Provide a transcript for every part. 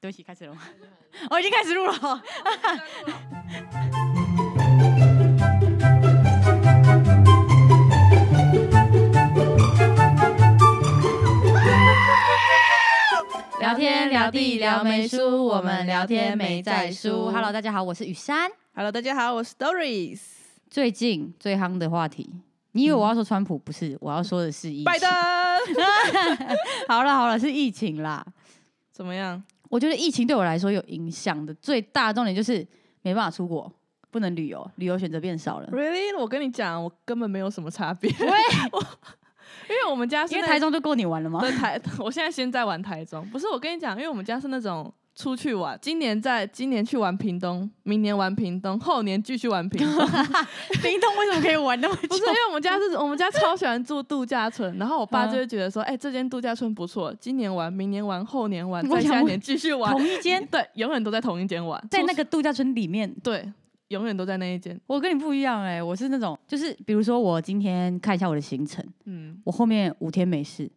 对不起，开始了吗？ 我、哦、已经开始录了 哦。聊天聊地聊没输，我们聊天没在输。 Hello，大家好，我是雨珊。 Hello，大家好，我是 Doris。最近最夯的话题，你以为我要说川普？不是，我要说的是疫情。拜登好了好了，是疫情啦。怎么样？我觉得疫情对我来说有影响的最大的重点就是没办法出国，不能旅游，旅游选择变少了。 Really？我跟你讲，我根本没有什么差别。 喂，因为我们家是因为那台中就够你玩了吗？对台， 我现在先在玩台中。不是我跟你讲，因为我们家是那种出去玩，今年在今年去玩屏东，明年玩屏东，后年继续玩 屏东。冰冻为什么可以玩那么久？不是因为我们家是我们家超喜欢住度假村，然后我爸嗯就会觉得说，哎、这间度假村不错，今年玩，明年玩，后年玩，我再想下问年继 续玩。同一间，对，永远都在同一间玩，在那出个度假村里面，对，永远都在那一间。我跟你不一样哎、我是那种就是比如说我今天看一下我的行程，嗯，我后面五天没事，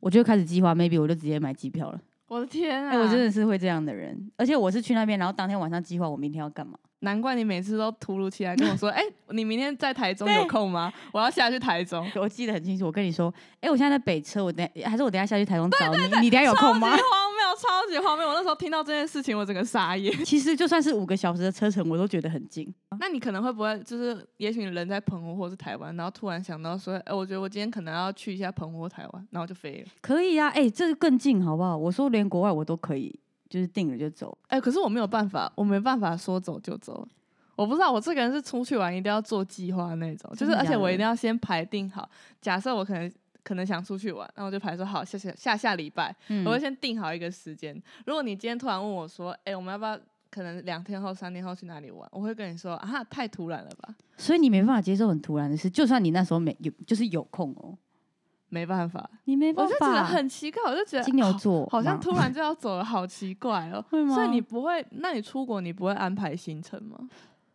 我就开始计划，maybe 我就直接买机票了。我的天啊！哎、我真的是会这样的人，而且我是去那边，然后当天晚上计划我明天要干嘛。 难怪你每次都突如其来跟我说， 哎、你明天在台中有空吗？我要下去台中。我记得很清楚，我跟你说，哎、我现在在北车，我等下还是我等下下去台中找你，你等下有空吗超级？ 荒谬，超级荒谬！我那时候听到这件事情，我整个傻眼。其实就算是五个小时的车程，我都觉得很近。 那你可能会不会就是，也许你人在澎湖或是台湾，然后突然想到说，哎、我觉得我今天可能要去一下澎湖、台湾，然后就飞了。可以啊，哎、这更近好不好？我说连国外我都可以，就是定了就走。哎、可是我没有办法，我没办法说走就走。我不知道，我这个人是出去玩一定要做计划那种，就真是的而且假我的一定要先排定好。假设我可能可能想出去玩，那我就排说好下下下下礼拜，嗯我会先定好一个时间。如果你今天突然问我说，哎、我们要不要可能两天后、三天后去哪里玩？我会跟你说啊，太突然了吧，所以你没办法接受很突然的事，就算你那时候没有，就是有空哦，没办法。你没我办就觉得法。很奇怪，我就觉得金牛好座好像嘛突然就要走了，好奇怪哦。会吗所以你不会？那你出国你不会安排行程吗？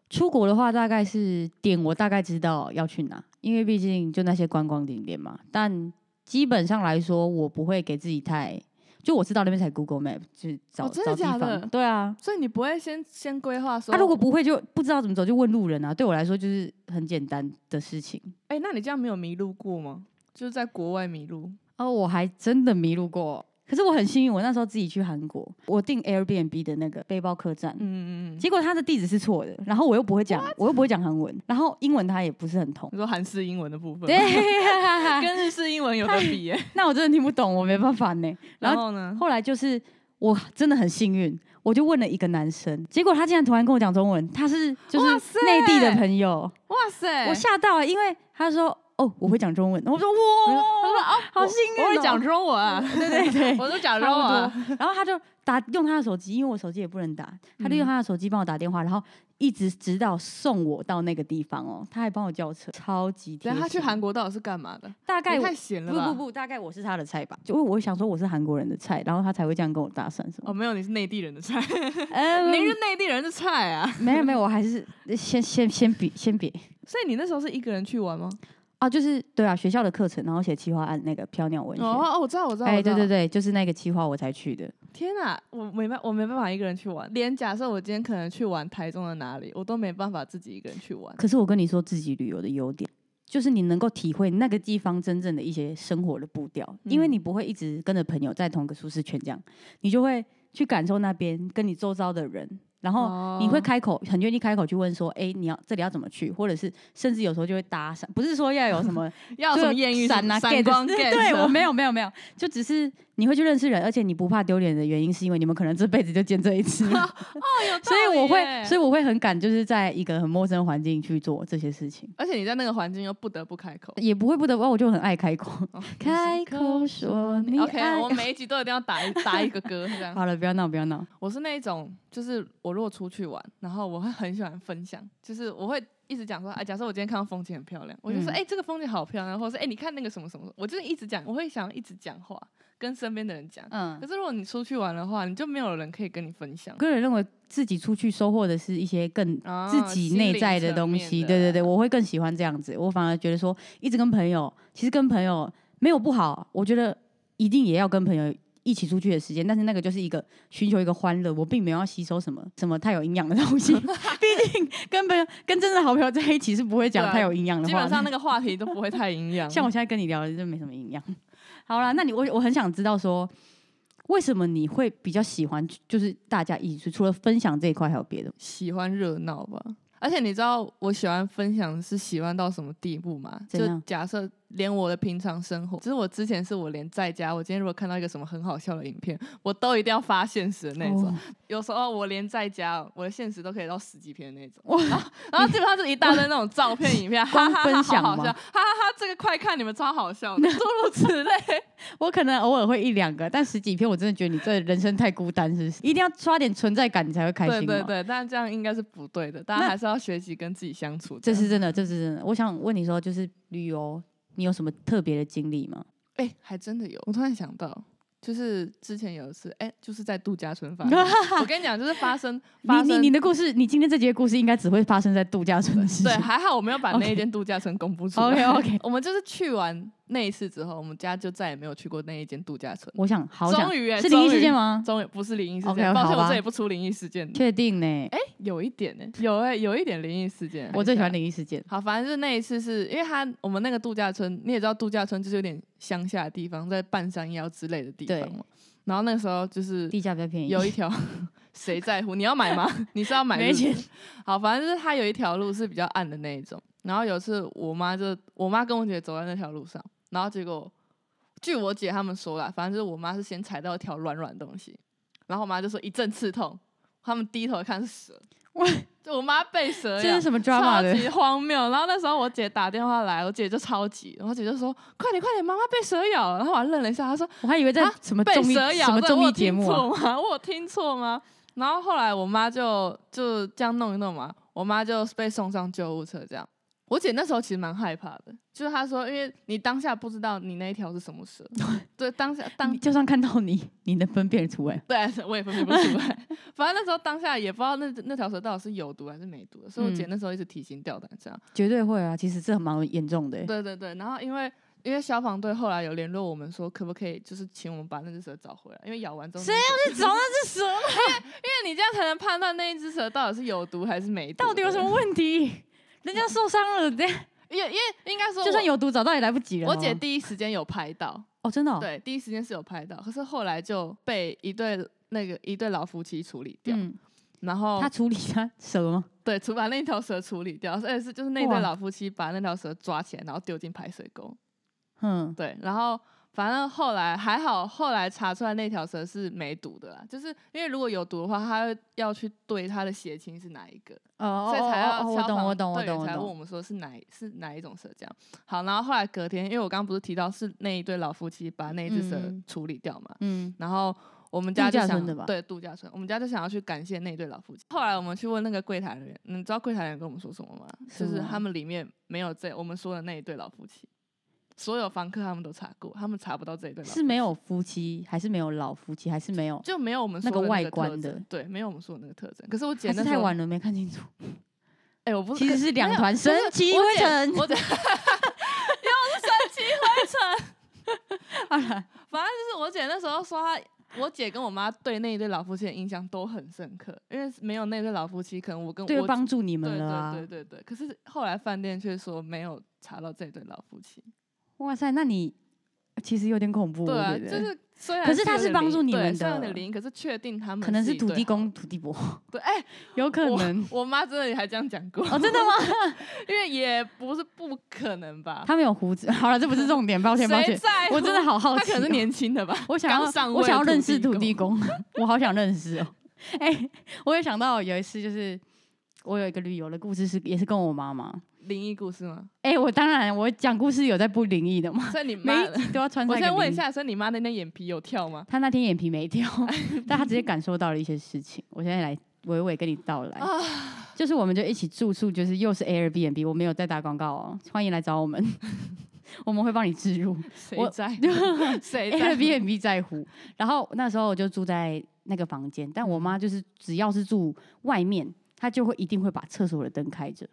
出国的话，大概是点我大概知道要去哪，因为毕竟就那些观光景点嘛。但基本上来说，我不会给自己太，就我知道那边才 Google Map 就是找、哦真的找地假的方。对啊，所以你不会先先规划说，他、啊如果不会就不知道怎么走，就问路人啊。对我来说就是很简单的事情。哎、那你这样没有迷路过吗？就是在国外迷路，哦，我还真的迷路过，可是我很幸运，我那时候自己去韩国，我订 Airbnb 的那个背包客栈，嗯嗯嗯，结果他的地址是错的，然后我又不会讲，我又不会讲韩文，然后英文他也不是很 通你。说韩式英文的部分吗，对， 啊跟日式英文有的比、欸，那我真的听不懂，我没办法呢。然然后后呢？后来就是我真的很幸运，我就问了一个男生，结果他竟然突然跟我讲中文，他是就哇是塞内地的朋友，哇塞，我吓到啊了，因为他说哦我会讲中文，我说哇，你说他说哦，好我幸运、哦，我会讲中文啊， 对对 对，我都讲中差文不啊，多。 然后他就打用他的手机，因为我手机也不能打，他就用嗯他的手机帮我打电话，然后一直直到送我到那个地方哦，他还帮我叫车，超级贴等心。下他去韩国到底是干嘛的？大概也我太闲了不不吧？不，大概我是他的菜吧，就我想说我是韩国人的菜，然后他才会这样跟我搭讪什么。哦，没有，你是内地人的菜， 呃你是内地人的菜啊。没有没有，我还是先先先别先别所以你那时候是一个人去玩吗？啊，就是对啊，学校的课程，然后写企划案那个飘鸟文学。哦哦，我知道，我知道，哎、我知对道对对，就是那个企划我才去的。天啊，我没办，我没办法一个人去玩。连假设我今天可能去玩台中的哪里，我都没办法自己一个人去玩。可是我跟你说，自己旅游的优点就是你能够体会那个地方真正的一些生活的步调，因为嗯你不会一直跟着朋友在同个舒适圈这样，你就会去感受那边跟你周遭的人，然后哦你会开口很愿意开口去问说，哎、你要这里要怎么去，或者是甚至有时候就会搭讪，不是说要有什么 要就有什么艳遇、什闪么啊闪 gay 光对 gay，对我没有没有没有，就只是你会去认识人，而且你不怕丢脸的原因是因为你们可能这辈子就见这一 次。所以我会，所以以我会很敢，就是在一个很陌生的环境去做这些事情，而且你在那个环境又不得不开口。也不会不得不，我就很爱开口， 哦开口说你哦啊 OK，爱我。们每一集都一定要打一打一个歌这 样。好了，不要闹，不要闹。我是那一种，就是我如果出去玩，然后我会很喜欢分享，就是我会一直讲说，哎、假设我今天看到风景很漂亮，我就说，嗯哎、这个风景好漂亮，或者是哎、你看那个什么什么，我就是一直讲，我会想要一直讲话，跟身边的人讲。嗯可，是如果你出去玩的话，你就没有人可以跟你分享我个人认为自己出去收获的是一些更啊自己内在的东西。对对对，，我会更喜欢这样子。我反而觉得说，一直跟朋友，其实跟朋友没有不好，我觉得一定也要跟朋友一起出去的时间，但是那个就是一个寻求一个欢乐，我并没有要吸收什么什么太有营养的东西， 毕竟跟朋友跟真的好朋友在一起是不会对讲啊太有营养的基话本的，上那个话题都不会太营养。 像我现在跟你聊的就没什么营养。 好啦，那你我我很想知道说，为什么你会比较喜欢就是大家一起出，除了分享这一块，还有别的吗？喜欢热闹吧。而且你知道我喜欢分享是喜欢到什么地步吗？怎就样假设连我的平常生活，就是我之前是我连在家，我今天如果看到一个什么很好笑的影片，我都一定要发现实的那种。 哦有时候我连在家，我的现实都可以到十几篇的那种。哇！ 然后基本上是一大堆那种照片、影片，哈哈 哈，光分好享好吗笑，哈哈哈，这个快看，你们超好笑的，诸如此类。 我可能偶尔会一两个，但十几篇我真的觉得你这人生太孤单，是不是？一定要刷点存在感，你才会开心。对对，对，但这样应该是不对的，大家那还是要学习跟自己相处。这是真的，这是真的。我想问你说，就是旅游，你有什么特别的经历吗？哎、还真的有。我突然想到，就是之前有一次，哎、就是在度假村发生。 我跟你讲，就是发生你发你生你的故事，你今天这节故事应该只会发生在度假村的事情。对， 还好我没有把那一 OK 间度假村公布出来。 OK OK， 我们就是去完那一次之后，我们家就再也没有去过那一间度假村。我想好想终于欸是灵异终于事件吗？终于不是灵异事 OK，件，抱歉，好我吧这也不出灵异事件的。确定呢？哎、有一点呢、有哎、有一点灵异事件。我最喜欢你。灵异事件。好，反正就是那一次是，因为他我们那个度假村，你也知道，度假村就是有点乡下的地方，在半山腰之类的地对方嘛。然后那个时候就是地价比较便宜， 有一条，谁在乎？你要买吗？你是要买？没钱。好，反正就是它有一条路是比较暗的那一种。然后有一次我妈就我妈跟我姐走在那条路上，然后结果据我姐他们说啦，反正就是我妈是先踩到一条软软的东西，然后我妈就说一阵刺痛，他们低头看是蛇，哇就我妈被蛇这咬是。什么超 drama 的？ 级荒谬！然后那时候我姐打电话来，我姐就超急，然后我姐就说：“快点快点，妈妈被蛇咬了。”然后我还愣了一下，她说：“我还以为在啊什么被综艺蛇咬什么对综我艺有节听目啊？错吗？ 我有听错吗？然后后来我妈就就这样弄一弄嘛，我妈就被送上救护车这样。我姐那时候其实蛮害怕的，就是她说，因为你当下不知道你那一条是什么蛇， 对，当下当你就算看到你，你能分辨出来。对，啊我也分辨不出来。 反正那时候当下也不知道那那条蛇到底是有毒还是没毒的，所以我姐嗯那时候一直提心吊胆这样。绝对会啊，其实这蛮严重的欸。对对对，然后因为因为消防队后来有联络我们说，可不可以就是请我们把那只蛇找回来，因为咬完之后谁那只要去找那只蛇？因为你这样才能判断那一只蛇到底是有毒还是没毒，到底有什么？问 题？人家受伤了，这样因为因为应该说我，就算有毒找到也来不及了。我好姐吗第一时间有拍到，哦，真的哦，对，第一时间是有拍到，可是后来就被一对那个一对老夫妻处理掉，嗯，然后他处理他蛇吗？对，除把那条蛇处理掉，而且是就是那对哇老夫妻把那条蛇抓起来，然后丢进排水沟，嗯，对，然后反正后来还好，后来查出来那条蛇是没毒的啦，就是因为如果有毒的话，它会要去对它的血清是哪一个，哦哦所以才要哦哦，我消懂，防我懂，我队员懂，我才问我懂。们说是哪一是哪一种蛇这样。好，然后后来隔天，因为我刚刚不是提到是那一对老夫妻把那一只蛇嗯处理掉嘛，嗯，然后我们家度就假想村的吧对度假村，我们家就想要去感谢那一对老夫妻。后来我们去问那个柜台人员，你知道柜台人员跟我们说什么吗？就什是么他们里面没有这我们说的那一对老夫妻，所有房客他们都查过，他们查不到这一对老夫是妻。没有夫妻，还是没有老夫妻，还是没有？就没有我们那说的个外特观征的对，没有我们说的那个特征。可是我姐还那是时太候，晚了没看清楚？哎、我不其实是两团神奇我灰姐尘。我姐又是神奇灰尘。 好了，反正就是我姐那时候说她，我姐跟我妈对那一对老夫妻的印象都很深刻，因为没有那对老夫妻，可能我跟我对，帮助你们对了啊！对对对对。可是后来饭店却说没有查到这对老夫妻。哇塞，那你呃其实有点恐怖，对啊，我觉就得是虽然可是是他有是点帮灵助你对们虽然有的点灵，可是确定他们可能是是一土对地好公、土地婆，对，哎、 有可能我妈真的还这样讲过，哦，真的吗？因为也不是不可能吧。 他们有胡子。 好了，这不是重点，抱歉，抱谁歉，在乎？我真的好好他奇、可哦，能是年轻的吧。我想刚上要位我的想要土认地识土公地公， 我好想认识哦。 哎、我也想到有一次，就是我有一个旅游的故事是，也是跟我妈妈。灵异故事吗？哎、我当然我讲故事有在不灵异的嘛，所以你妈每，一集都要穿插我一个先问一灵异下，所以你妈那天眼皮有跳吗？他那天眼皮没 掉，但他直接感受到了一些事情。我现在来娓娓跟你道来，啊就是我们就一起住宿，就是又是 Airbnb，我没有在打广告哦，欢迎来找我们， 我们会帮你置入谁我在乎？对 谁在乎？ Airbnb 在乎。然后那时候我就住在那个房间，嗯但我妈就是只要是住外面，她就会一定会把厕所的灯开着，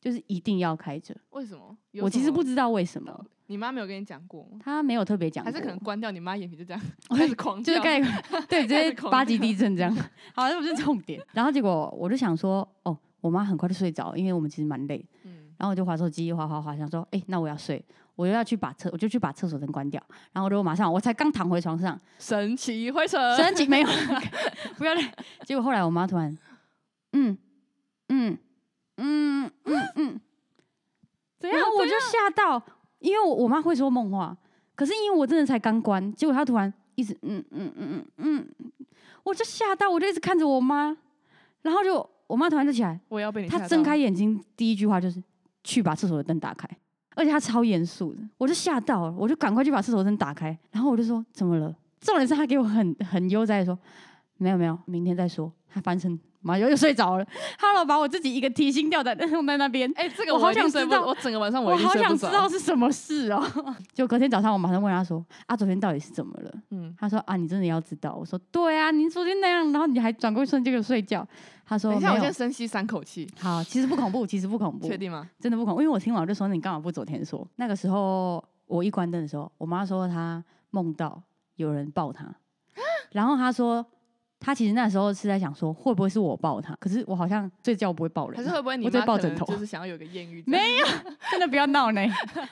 就是一定要开着。为什么？有我其什实么不知道为什么道理，你妈没有跟你讲过吗？他没有特别讲过，还是可能关掉你妈眼皮就 这样开始狂就是叫盖对，直 开接始狂八级跳地震这样。 好，那不是重点。然后结果我就想说，哦，我妈很快就睡着，因为我们其实蛮累。嗯然后我就划手机，划划划，想说，哎、那我要睡，我就要去把厕，我就去把厕所灯关掉。然后我就马上，我才刚躺回床上，神奇灰尘，神奇没 有，不要累。结果后来我妈突然，嗯嗯嗯嗯嗯，怎样然后我怎就吓到，因为我我妈会说梦话，可是因为我真的才刚关，结果她突然一直嗯嗯嗯嗯嗯，我就吓到，我就一直看着我妈，然后就我妈突然就起来，我要被你吓她到睁开眼睛第一句话就是去把厕所的灯打开，而且她超严肃的，我就吓到了，我就赶快去把厕所的灯打开，然后我就说怎么了？重点是她给我很 很悠哉的说没有没有，明天再说。她翻身马上又睡着了，Hello，把我自己一个提心吊胆的弄在那边。哎、这个我好一定想睡知不道我整个晚上我一定好睡想不知着道嗯是什么事哦、 就隔天早上，我马上问他说：“啊，昨天到底是怎么了嗯？”，他说：“啊，你真的要知道。”我说：“对啊，你昨天那样，然后你还转过身就给我睡觉。”他说：“等一下，没我有先。深吸三口气，”好，其实不恐怖，其实不恐怖确，定吗？真的不恐怖。因为我听完我就说：“你干嘛不昨天说？”那个时候我一关灯的时候，我妈说她梦到有人抱她，然后她说她其实那时候是在想说会不会是我抱她，可是我好像睡觉不会抱人，啊还是会不会你我直接妈抱可枕能头就是想要有个艳遇？没有， 真的不要闹呢，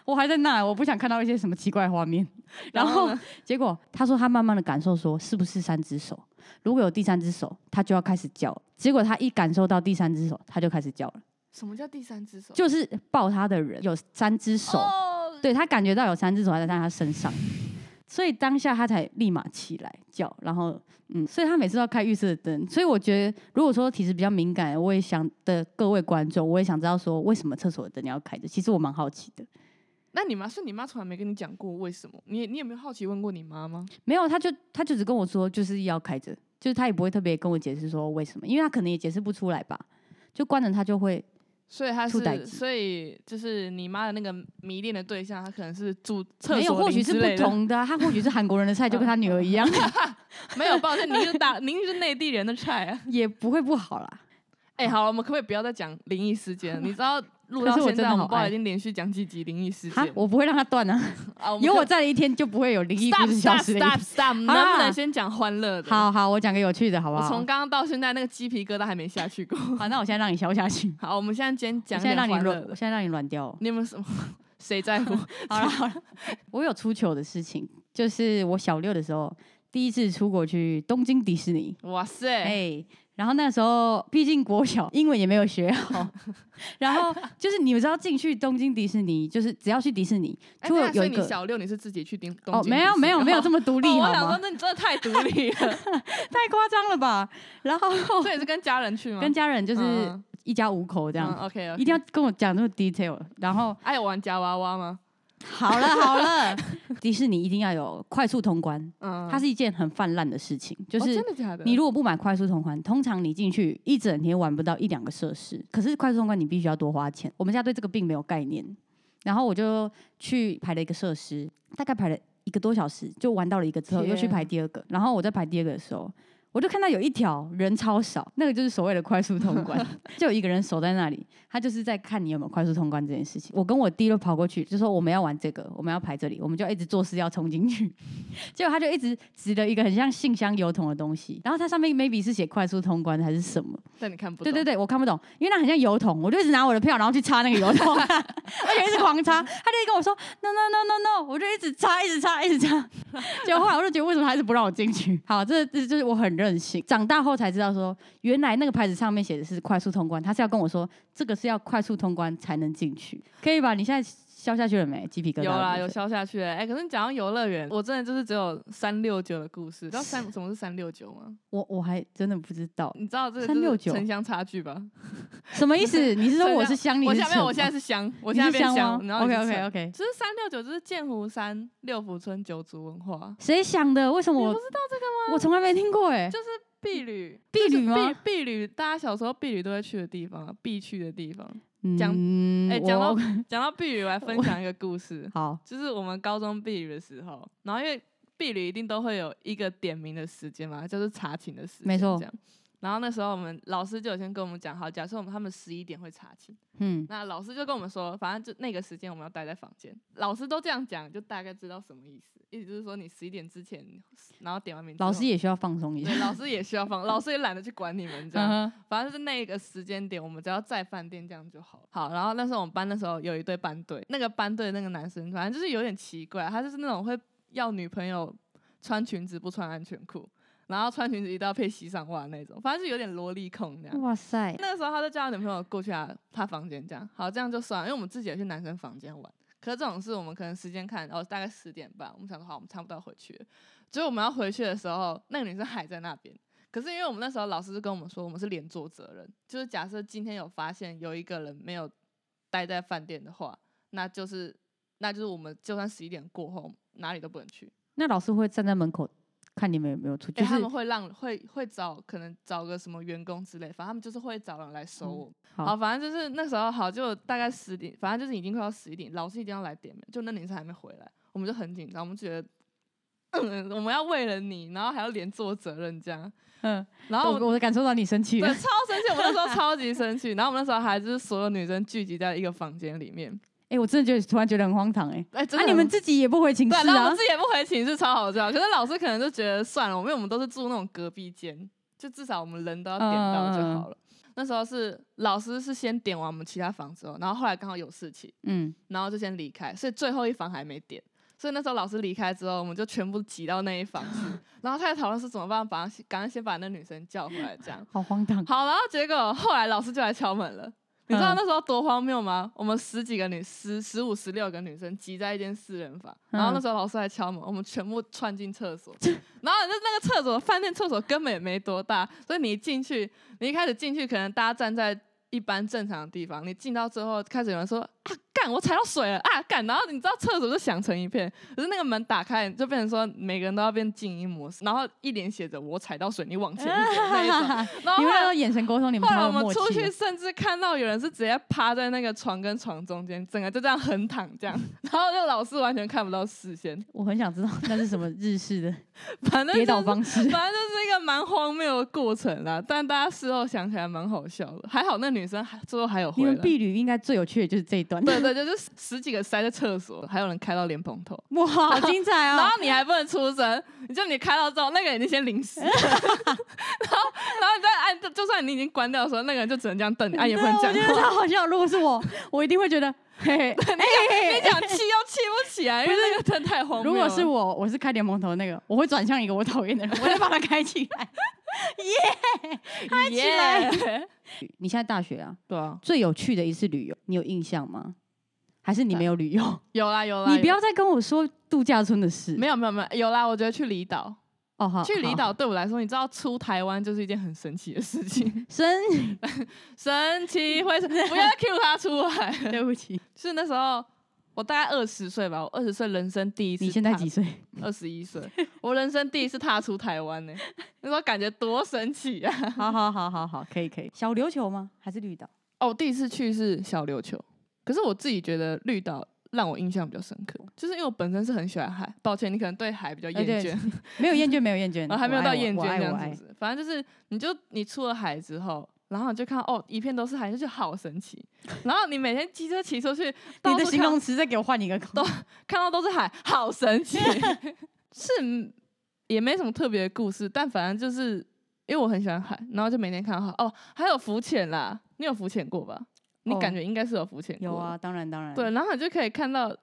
我还在那，我不想看到一些什么奇怪的画面。然后呢 结果他说他慢慢的感受说是不是三只手，如果有第三只手，他就要开始叫了。结果他一感受到第三只手，他就开始叫了，什么叫第三只手？就是抱他的人有三只手，哦对他感觉到有三只手还在他身上。所以当下他才立马起来叫，然后嗯，所以他每次都要开预设灯。所以我觉得，如果说体质比较敏感，我也想的各位观众，我也想知道说为什么厕所的灯要开着。其实我蛮好奇的。那你妈是你妈从来没跟你讲过为什么？你你有没有好奇问过你妈吗？没有，他就他就只跟我说就是要开着，就是他也不会特别跟我解释说为什么，因为他可能也解释不出来吧，就关了他就会所以她出代是，志所以就是你妈的那个迷恋的对象，她可能是住厕没有，所或邻许是之类不的，同的啊、他或许是韩国人的菜，就跟他女儿 一样，没有，抱歉，您是 大，您是内地人的菜啊。也不会不好啦。哎、好了，我们可不可以不要再讲灵异事件了？你 知道录可到是我现真在，的我好们不知道爱已经连续讲几集灵异事哈件，我不会让他断啊，啊，我们有可我在的一天就不会有灵异故 stop 事消 stop 失的一 stop 天。 stop，能不能啊先讲欢乐的？，好啊好，我讲个有趣的好不我好？从刚刚到现在那个鸡皮疙瘩还没下去过。好，那我现在让你消下去，好，我们现在先我 讲现在点让你欢乐软，我的。现在让你软掉、哦。你有没有什么？谁在乎？ 好了好了，我有出糗的事情，就是我小六的时候第一次出国去东京迪士尼。哇塞！哎，然后那时候毕竟国小英文也没有学 好，然后就是你们知道进去东京迪士尼，就是只要去迪士尼哎就对会啊有所一以你个小六你是自己去东东哦，京没有迪士尼没有没有哦这么独立哦好我想说吗，？那你真的太独 立了，太夸张了吧？然后所以是跟家人去吗？哦跟家人就是嗯一家五口这样， OK，一定要跟我讲这么 detail。然 后哎，有玩夹娃娃吗？好了好了， 迪士尼一定要有快速通关，嗯，它是一件很泛滥的事情，就哦是真的假的？你如果不买快速通关，通常你进去一整天玩不到一两个设施。可是快速通关你必须要多花钱。我们家对这个并没有概念，然后我就去排了一个设施，大概排了一个多小时，就玩到了一个之后，天啊又去排第二个。然后我在排第二个的时候，我就看到有一条人超少，那个就是所谓的快速通关，就有一个人守在那里，他就是在看你有没有快速通关这件事情。我跟我弟都跑过去，就说我们要玩这个，我们要排这里，我们就一直做事要冲进去。 结果他就一直指了一个很像信箱邮筒的东西，然后它上面 maybe 是写快速通关还是什么？但你看不对懂对对，我看不懂，因为那很像邮筒，我就一直拿我的票，然后去插那个邮筒， 而且一直狂插。他就一直跟我说 no no no no no，我就一直插，一直插，一直插。 结果后来我就觉得为什么他一直不让我进去？好，这这就是我很任性。长大后才知道说，原来那个牌子上面写的是快速通关，他是要跟我说这个是要快速通关才能进去，可以吧？你现在消下去了没？鸡皮疙瘩有啦，的有部分消下去了。哎、可是你讲到游乐园，我真的就是只有三六九的故事。你知 道三什么是三六九吗？我我还真的不知道你知道这个就是369城乡差距吧？什么意思。你是 说我是乡，你我是下面城我现在吗是乡，我你现在是变乡吗然后你？OK 是 OK 城 OK，就是三六九，就是剑湖山、六福村、九族文化，谁想的？为什么我你不知道这个吗？我从来没听过哎、就是避旅。避就是旅吗避？避旅，大家小时候避旅都会去的地方啊，必去的地方。讲嗯哎、讲到我讲到避旅，我来分我享一个故事。好，就是我们高中避旅的时候，然后因为避旅一定都会有一个点名的时间嘛，就是查寝的时间，没错这样。然后那时候我们老师就有先跟我们讲好，假设我们他们十一点会查寝，嗯，那老师就跟我们说，反正就那个时间我们要待在房间。老师都这样讲，就大概知道什么意思，意思就是说你十一点之前，然后点完名之后，老师也需要放松一下对，老师也需要放，老师也懒得去管你 们这样。嗯哼反正就是那个时间点，我们只要在饭店这样就好了。好，然后那时候我们班那时候有一对班队，那个班队那个男生，反正就是有点奇怪，他就是那种会要女朋友穿裙子不穿安全裤，然后穿裙子一定要配西上袜那种，反正就是有点萝莉控这样。哇塞，那个时候他就叫他女朋友过去他他房间这样，好，这样就算了，因为我们自己也去男生房间玩。可是这种事我们可能时间看，哦，大概十点半，我们想说好，我们差不多要回去了。结果我们要回去的时候，那个女生还在那边。可是因为我们那时候老师就跟我们说，我们是连坐责任，就是假设今天有发现有一个人没有待在饭店的话，那就是那就是我们就算十一点过后哪里都不能去。那老师会站在门口看你们有没有出，哎、就是他们会让会会找可能找个什么员工之类，反正他们就是会找人来收嗯我们。好好，反正就是那时候好，就大概十点，反正就是已经快要十一点，老师一定要来点名，就那女生还没回来，我们就很紧张，我们觉得。嗯我们要为了你，然后还要连坐责任这样，嗯，然后我我感受到你生气对，了超。生气，我们那时候超级生气。然后我们那时候还就是所有女生聚集在一个房间里面， 哎、我真的觉得突然觉得很荒唐哎、哎、真啊，的你很们自己也不回寝室对，然后我啊们？自己也不回寝室，超好笑。可是老师可能就觉得算了，因为我们都是住那种隔壁间，就至少我们人都要点到就好了。那时候是老师是先点完我们其他房之哦后，然后后来刚好有事情，嗯，然后就先离开，所以最后一房还没点。所以那时候老师离开之后，我们就全部挤到那一房去， 然后他在讨论是怎么办，把赶快先把那女生叫回来，这样。好荒唐。好，然后结果后来老师就来敲门了。你知道嗯那时候多荒谬吗？我们十几个女，十十五、十六个女生挤在一间四人房，然后嗯那时候老师来敲门，我们全部窜进 厕所，然后那那个厕所饭店厕所根本也没多大，所以你一进去，你一开始进去可能大家站在一般正常的地方，你进到最后开始有人说啊干，我踩到水了啊干，然后你知道厕所就响成一片，可是那个门打开就变成说每个人都要变静音模式，然后一脸写着我踩到水，你往前一点 那 一种，然后你后们来要眼神沟通，你们后来才有我默们出契去，。甚至看到有人是直接趴在那个床跟床中间，整个就这样横躺这样，然后就老师完全看不到视线，我很想知道那是什么日式 的反正、就是、跌倒方 式。反正就是一个蛮荒谬的过程啦。但大家事后想起来蛮好笑的，还好那女生还最后还有你回们来。婢女应该最有趣的就是这一段，对对，对就是十几个塞在厕所，还有人开到莲蓬头， 哇，好精彩 然啊！后你还不能出声，你就你开到之后，那个人已经先淋湿了，然 后然后你再按，就就算你已经关掉的时候，那个人就只能这样瞪你，啊也不能对讲我觉得 话。超好笑。如果是我，我一定会觉得，嘿嘿，你讲气又气不起来，因为那个真的太荒如谬了。果是我，我是开联盟头的那个，我会转向一个我讨厌的人，我就把它开起来。嗨起来， 你现在大学啊，对啊， 最有趣的一次旅游，你有印象吗？还是你没有旅游？有啦有啦，你不有要再跟我说度假村的事。没有没有没有有啦，我觉得去离岛，哦，好，去离好岛对我来说，你知道出台湾就是一件很神奇的 事情，生，神奇会是不要 Q 他出来，对不 起，是那时候。我大概二十岁吧，我二十岁人生第一次踏。你现在几岁？二十一岁，我人生第一次踏出台湾呢、那时候感觉多神奇啊！ 好好好好好，可以可以。小琉球吗？还是绿岛？哦，我第一次去是小琉球，可是我自己觉得绿岛让我印象比较深刻，就是因为我本身是很喜欢海。抱歉，你可能对海比较厌哎对倦， 没有厌哦倦，没有厌倦，然后还没有我爱到我厌倦我爱这我样爱子。反正就是，你就你出了海之后，然后你就看到哦，一片都是海，就觉得好 神奇。然后你每天骑车骑出去，到你的处形看容词再给我换一个口。 都看到都是海，好神奇。是也没什么特别的故事，但反正就是因为我很喜欢海，然后就每天看到海。哦，还有浮潜啦，你有浮潜过吧？你感哦觉应该是有浮潜过。有啊，。当然当然。对，然后你就可以看到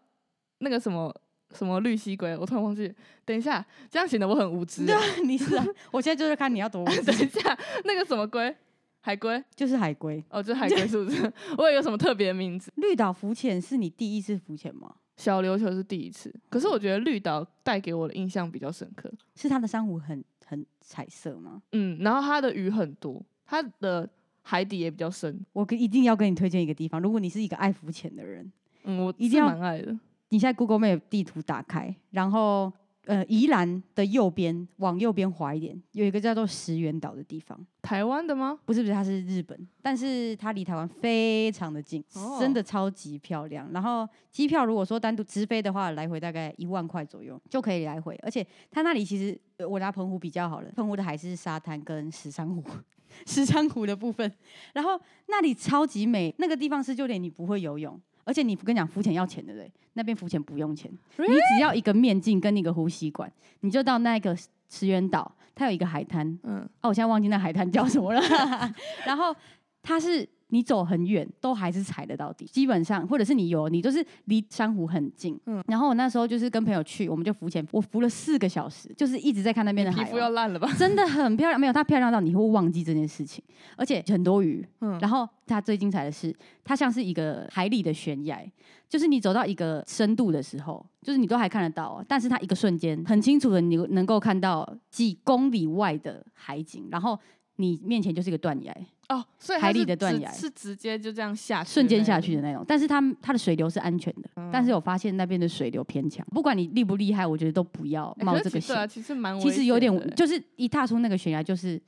那个什么什么绿蜥龟，我突然忘记。等一下，这样显得我很无知欸。 对， 你是啊，我现在就是看你 要多无等一知，下，那个什么龟，海龟，就是海龟。哦，就是海龟是 不是？我有个什么特别的名字？绿岛浮潜是你第一次浮潜吗？小琉球是第一次，可是我觉得绿岛带给我的印象比较深刻。是它的珊瑚很很彩色吗？嗯，然后它的鱼很多，它的海底也比较深。我跟一定要跟你推荐一个地方，如果你是一个爱浮潜的人，嗯，我一是定要蛮爱的。你现在 Google Map 地图打开，然后呃，宜兰的右边往右边滑一点，有一个叫做石原岛的地方，台湾的吗？不是不是，它是日本，但是它离台湾非常的近，哦真的超级漂亮。然后机票如果说单独直飞的话，来回大概一万块左右就可以来回，而且它那里其实呃我拿澎湖比较好了，澎湖的海是沙滩跟石珊瑚， 石珊瑚的部分，然后那里超级美，那个地方是就连你不会游泳，而且你跟你讲浮潜要钱对不对？那边浮潜不用钱，你只要一个面镜跟一个呼吸管，你就到那个石原岛，它有一个海滩，嗯，哦，我现在忘记那海滩叫什么了。 然后它是你走很远都还是踩得到底，基本上或者是你游，你就是离珊瑚很近。嗯嗯，然后我那时候就是跟朋友去，我们就浮潜，我浮了四个小时，就是一直在看那边的皮海哦肤鸥。要烂了吧？真的很漂亮，没有它漂亮到你会忘记这件事情，而且很多鱼。嗯，然后它最精彩的是，它像是一个海里的悬崖，就是你走到一个深度的时候，就是你都还看得到哦，但是它一个瞬间很清楚的，你能够看到几公里外的海景，然后你面前就是一个断崖，哦，所以它海里是的断直崖是直接就这样下去，瞬间下去的。嗯那种。但是它它的水流是安全的，但是我发现那边的水流偏强，不管你厉不厉害，我觉得都不要欸冒可是这个其实对啊，险。其实蛮其危实有点险的欸就是一踏出那个悬崖就是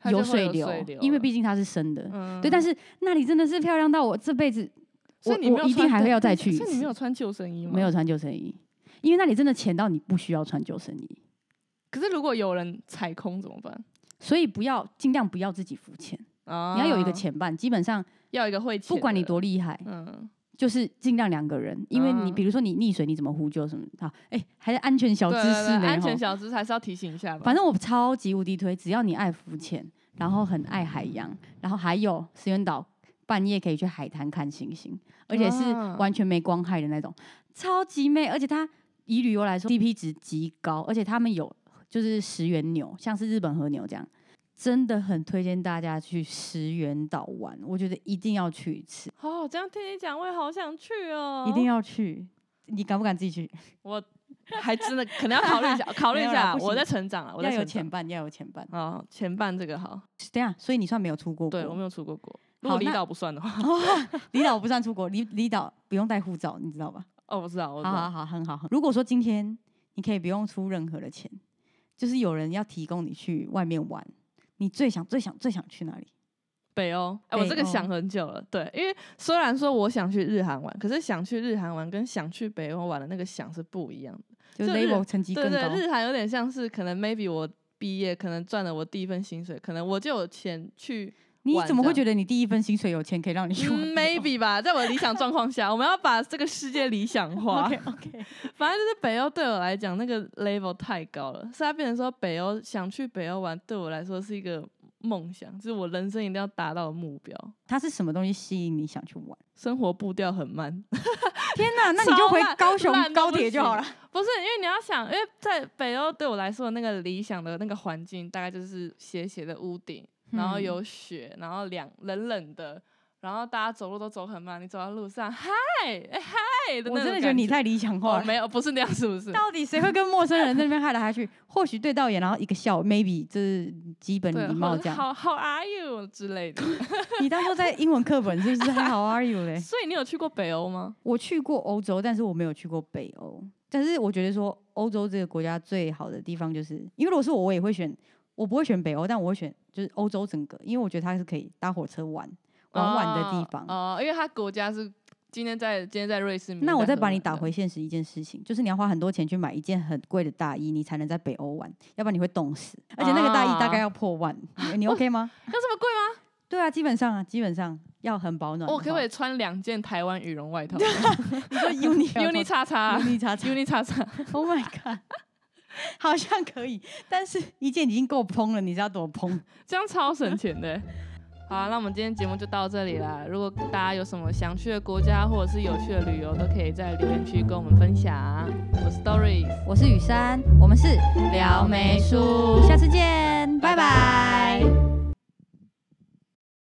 它就会有水流啊流，，因为毕竟它是深的。对，但是是那里真的是漂亮到我这辈子所我以你我没有一定穿还对会要等再一下去一所以你没次有穿救生衣吗？没有。穿救生衣，因为那里真的浅到你不需要穿救生衣，可是如果有人踩空怎么办？所以不要尽量不要自己浮潜，啊你要有一个，潜伴，基本上要有一个会潜，不管你，多厉害，嗯，就是尽量两个人，因为你嗯比如说你溺水你怎么呼救什么的，好，哎，还是安全小对知对识对，呢，安全吼小知识还是要提醒一下吧。反正我超级无敌推，只要你爱浮潜，然后很爱海洋，然后还有石原岛半夜可以去海滩看星星，而且是啊完全没光害的那种，超级美。而且它以旅游来说，CP 值极高，而且他们有就是石原牛，像是日本和牛这样。真的很推荐大家去石原岛玩，我觉得一定要去一次，哦，这样听你讲，我也好想去哦。一定要去。你敢不敢自己去？我还真的可能要考虑 一下，考虑一没有啦下。不行我在成长了，我在要有成前长。半，要有前半。哦，前半这个好，等一下，所以你算没有出过国？对我没有出过国。如果好离那岛不算的话， 离岛不算出国，离离岛不用带护照，你知道吧？哦，我知道，我知好好道。好，很好。很如果说今天你可以不用出任何的钱，就是有人要提供你去外面玩，你最想最想最想去哪里？北欧，哎、我这北个欧想很久了。对，因为虽然说我想去日韩玩，可是想去日韩玩跟想去北欧玩的那个想是不一样的。就就 level 日成绩对更对，高，日韩有点像是可能 maybe 我毕业，可能赚了我第一份薪水，可能我就有钱去。你晚怎么这会样觉得你第一份薪水有钱可以让你 去玩 嗯北欧，maybe 吧，在我的理想状况下，我们要把这个世界理想化。 ？OK OK，反正就是北欧对我来讲那个 level 太高了，所以它变成说北欧想去北欧玩对我来说是一个梦想，就是我人生一定要达到的目标。它是什么东西吸引你想去玩？生活步调很慢，天哪，那你就超回烂高雄烂到高不铁就好了行。不是因为你要想，因为在北欧对我来说那个理想的那个环境大概就是斜斜的屋顶，然后嗯有雪，然后凉冷冷的，然后大家走路都走很慢，你走到路上嗨哎嗨的我那真种的觉得感你觉太理想化哦了。没有不是那样是 不是？到底谁会跟陌生人在那边嗨来嗨去？或许对到眼，然后一个笑，maybe 这是基本对，礼或貌者这样。 How How are you 之类的。 你当初在英文课本是不是 How are you 嘞？所以你有去过北欧吗？我去过欧洲，但是我没有去过北欧。但是我觉得说，欧洲这个国家最好的地方，就是因为如果是我，我也会选，我不会选北欧，但我会选就是欧洲整个，因为我觉得它是可以搭火车玩玩玩的地方。哦、哦因为它国家是今天在今天在瑞士，明那天我在再把荷你兰打的回现实一件事情，就是你要花很多钱去买一件很贵的大衣，你才能在北欧玩，要不然你会冻死。而且那个大衣大概啊要破万，你你 OK 吗？有这么贵吗？ 对啊，基本上啊，基本上要很保暖的话。我可不可以穿两件台湾羽绒外 套 你说 uni ？Uni 叉叉 uni 叉叉 ，Uni 叉叉， Oh my god，好像可以，但是一件已经够蓬了，你知道多蓬？这样超省钱的。好啊、那我们今天节目就到这里啦。如果大家有什么想去的国家或者是有趣的旅游，都可以在留言区跟我们分享。啊我是 Doris，我是雨珊，我们是聊美术下次见，拜拜